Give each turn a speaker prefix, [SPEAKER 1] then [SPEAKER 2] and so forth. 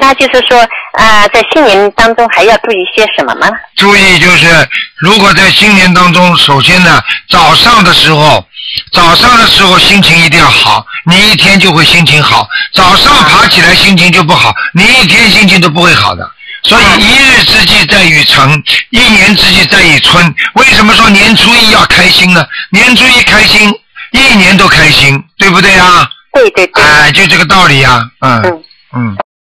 [SPEAKER 1] 那就是说，啊、在新年当中还要注意些什么吗？
[SPEAKER 2] 注意就是，如果在新年当中，首先呢，早上的时候，早上的时候心情一定要好，你一天就会心情好。早上爬起来心情就不好，你一天心情都不会好的。所以一日之计在于晨，一年之计在于春。为什么说年初一要开心呢？年初一开心，一年都开心，对不对啊？
[SPEAKER 1] 对对对，
[SPEAKER 2] 哎，就这个道理呀、啊。嗯
[SPEAKER 1] 嗯。
[SPEAKER 2] 嗯。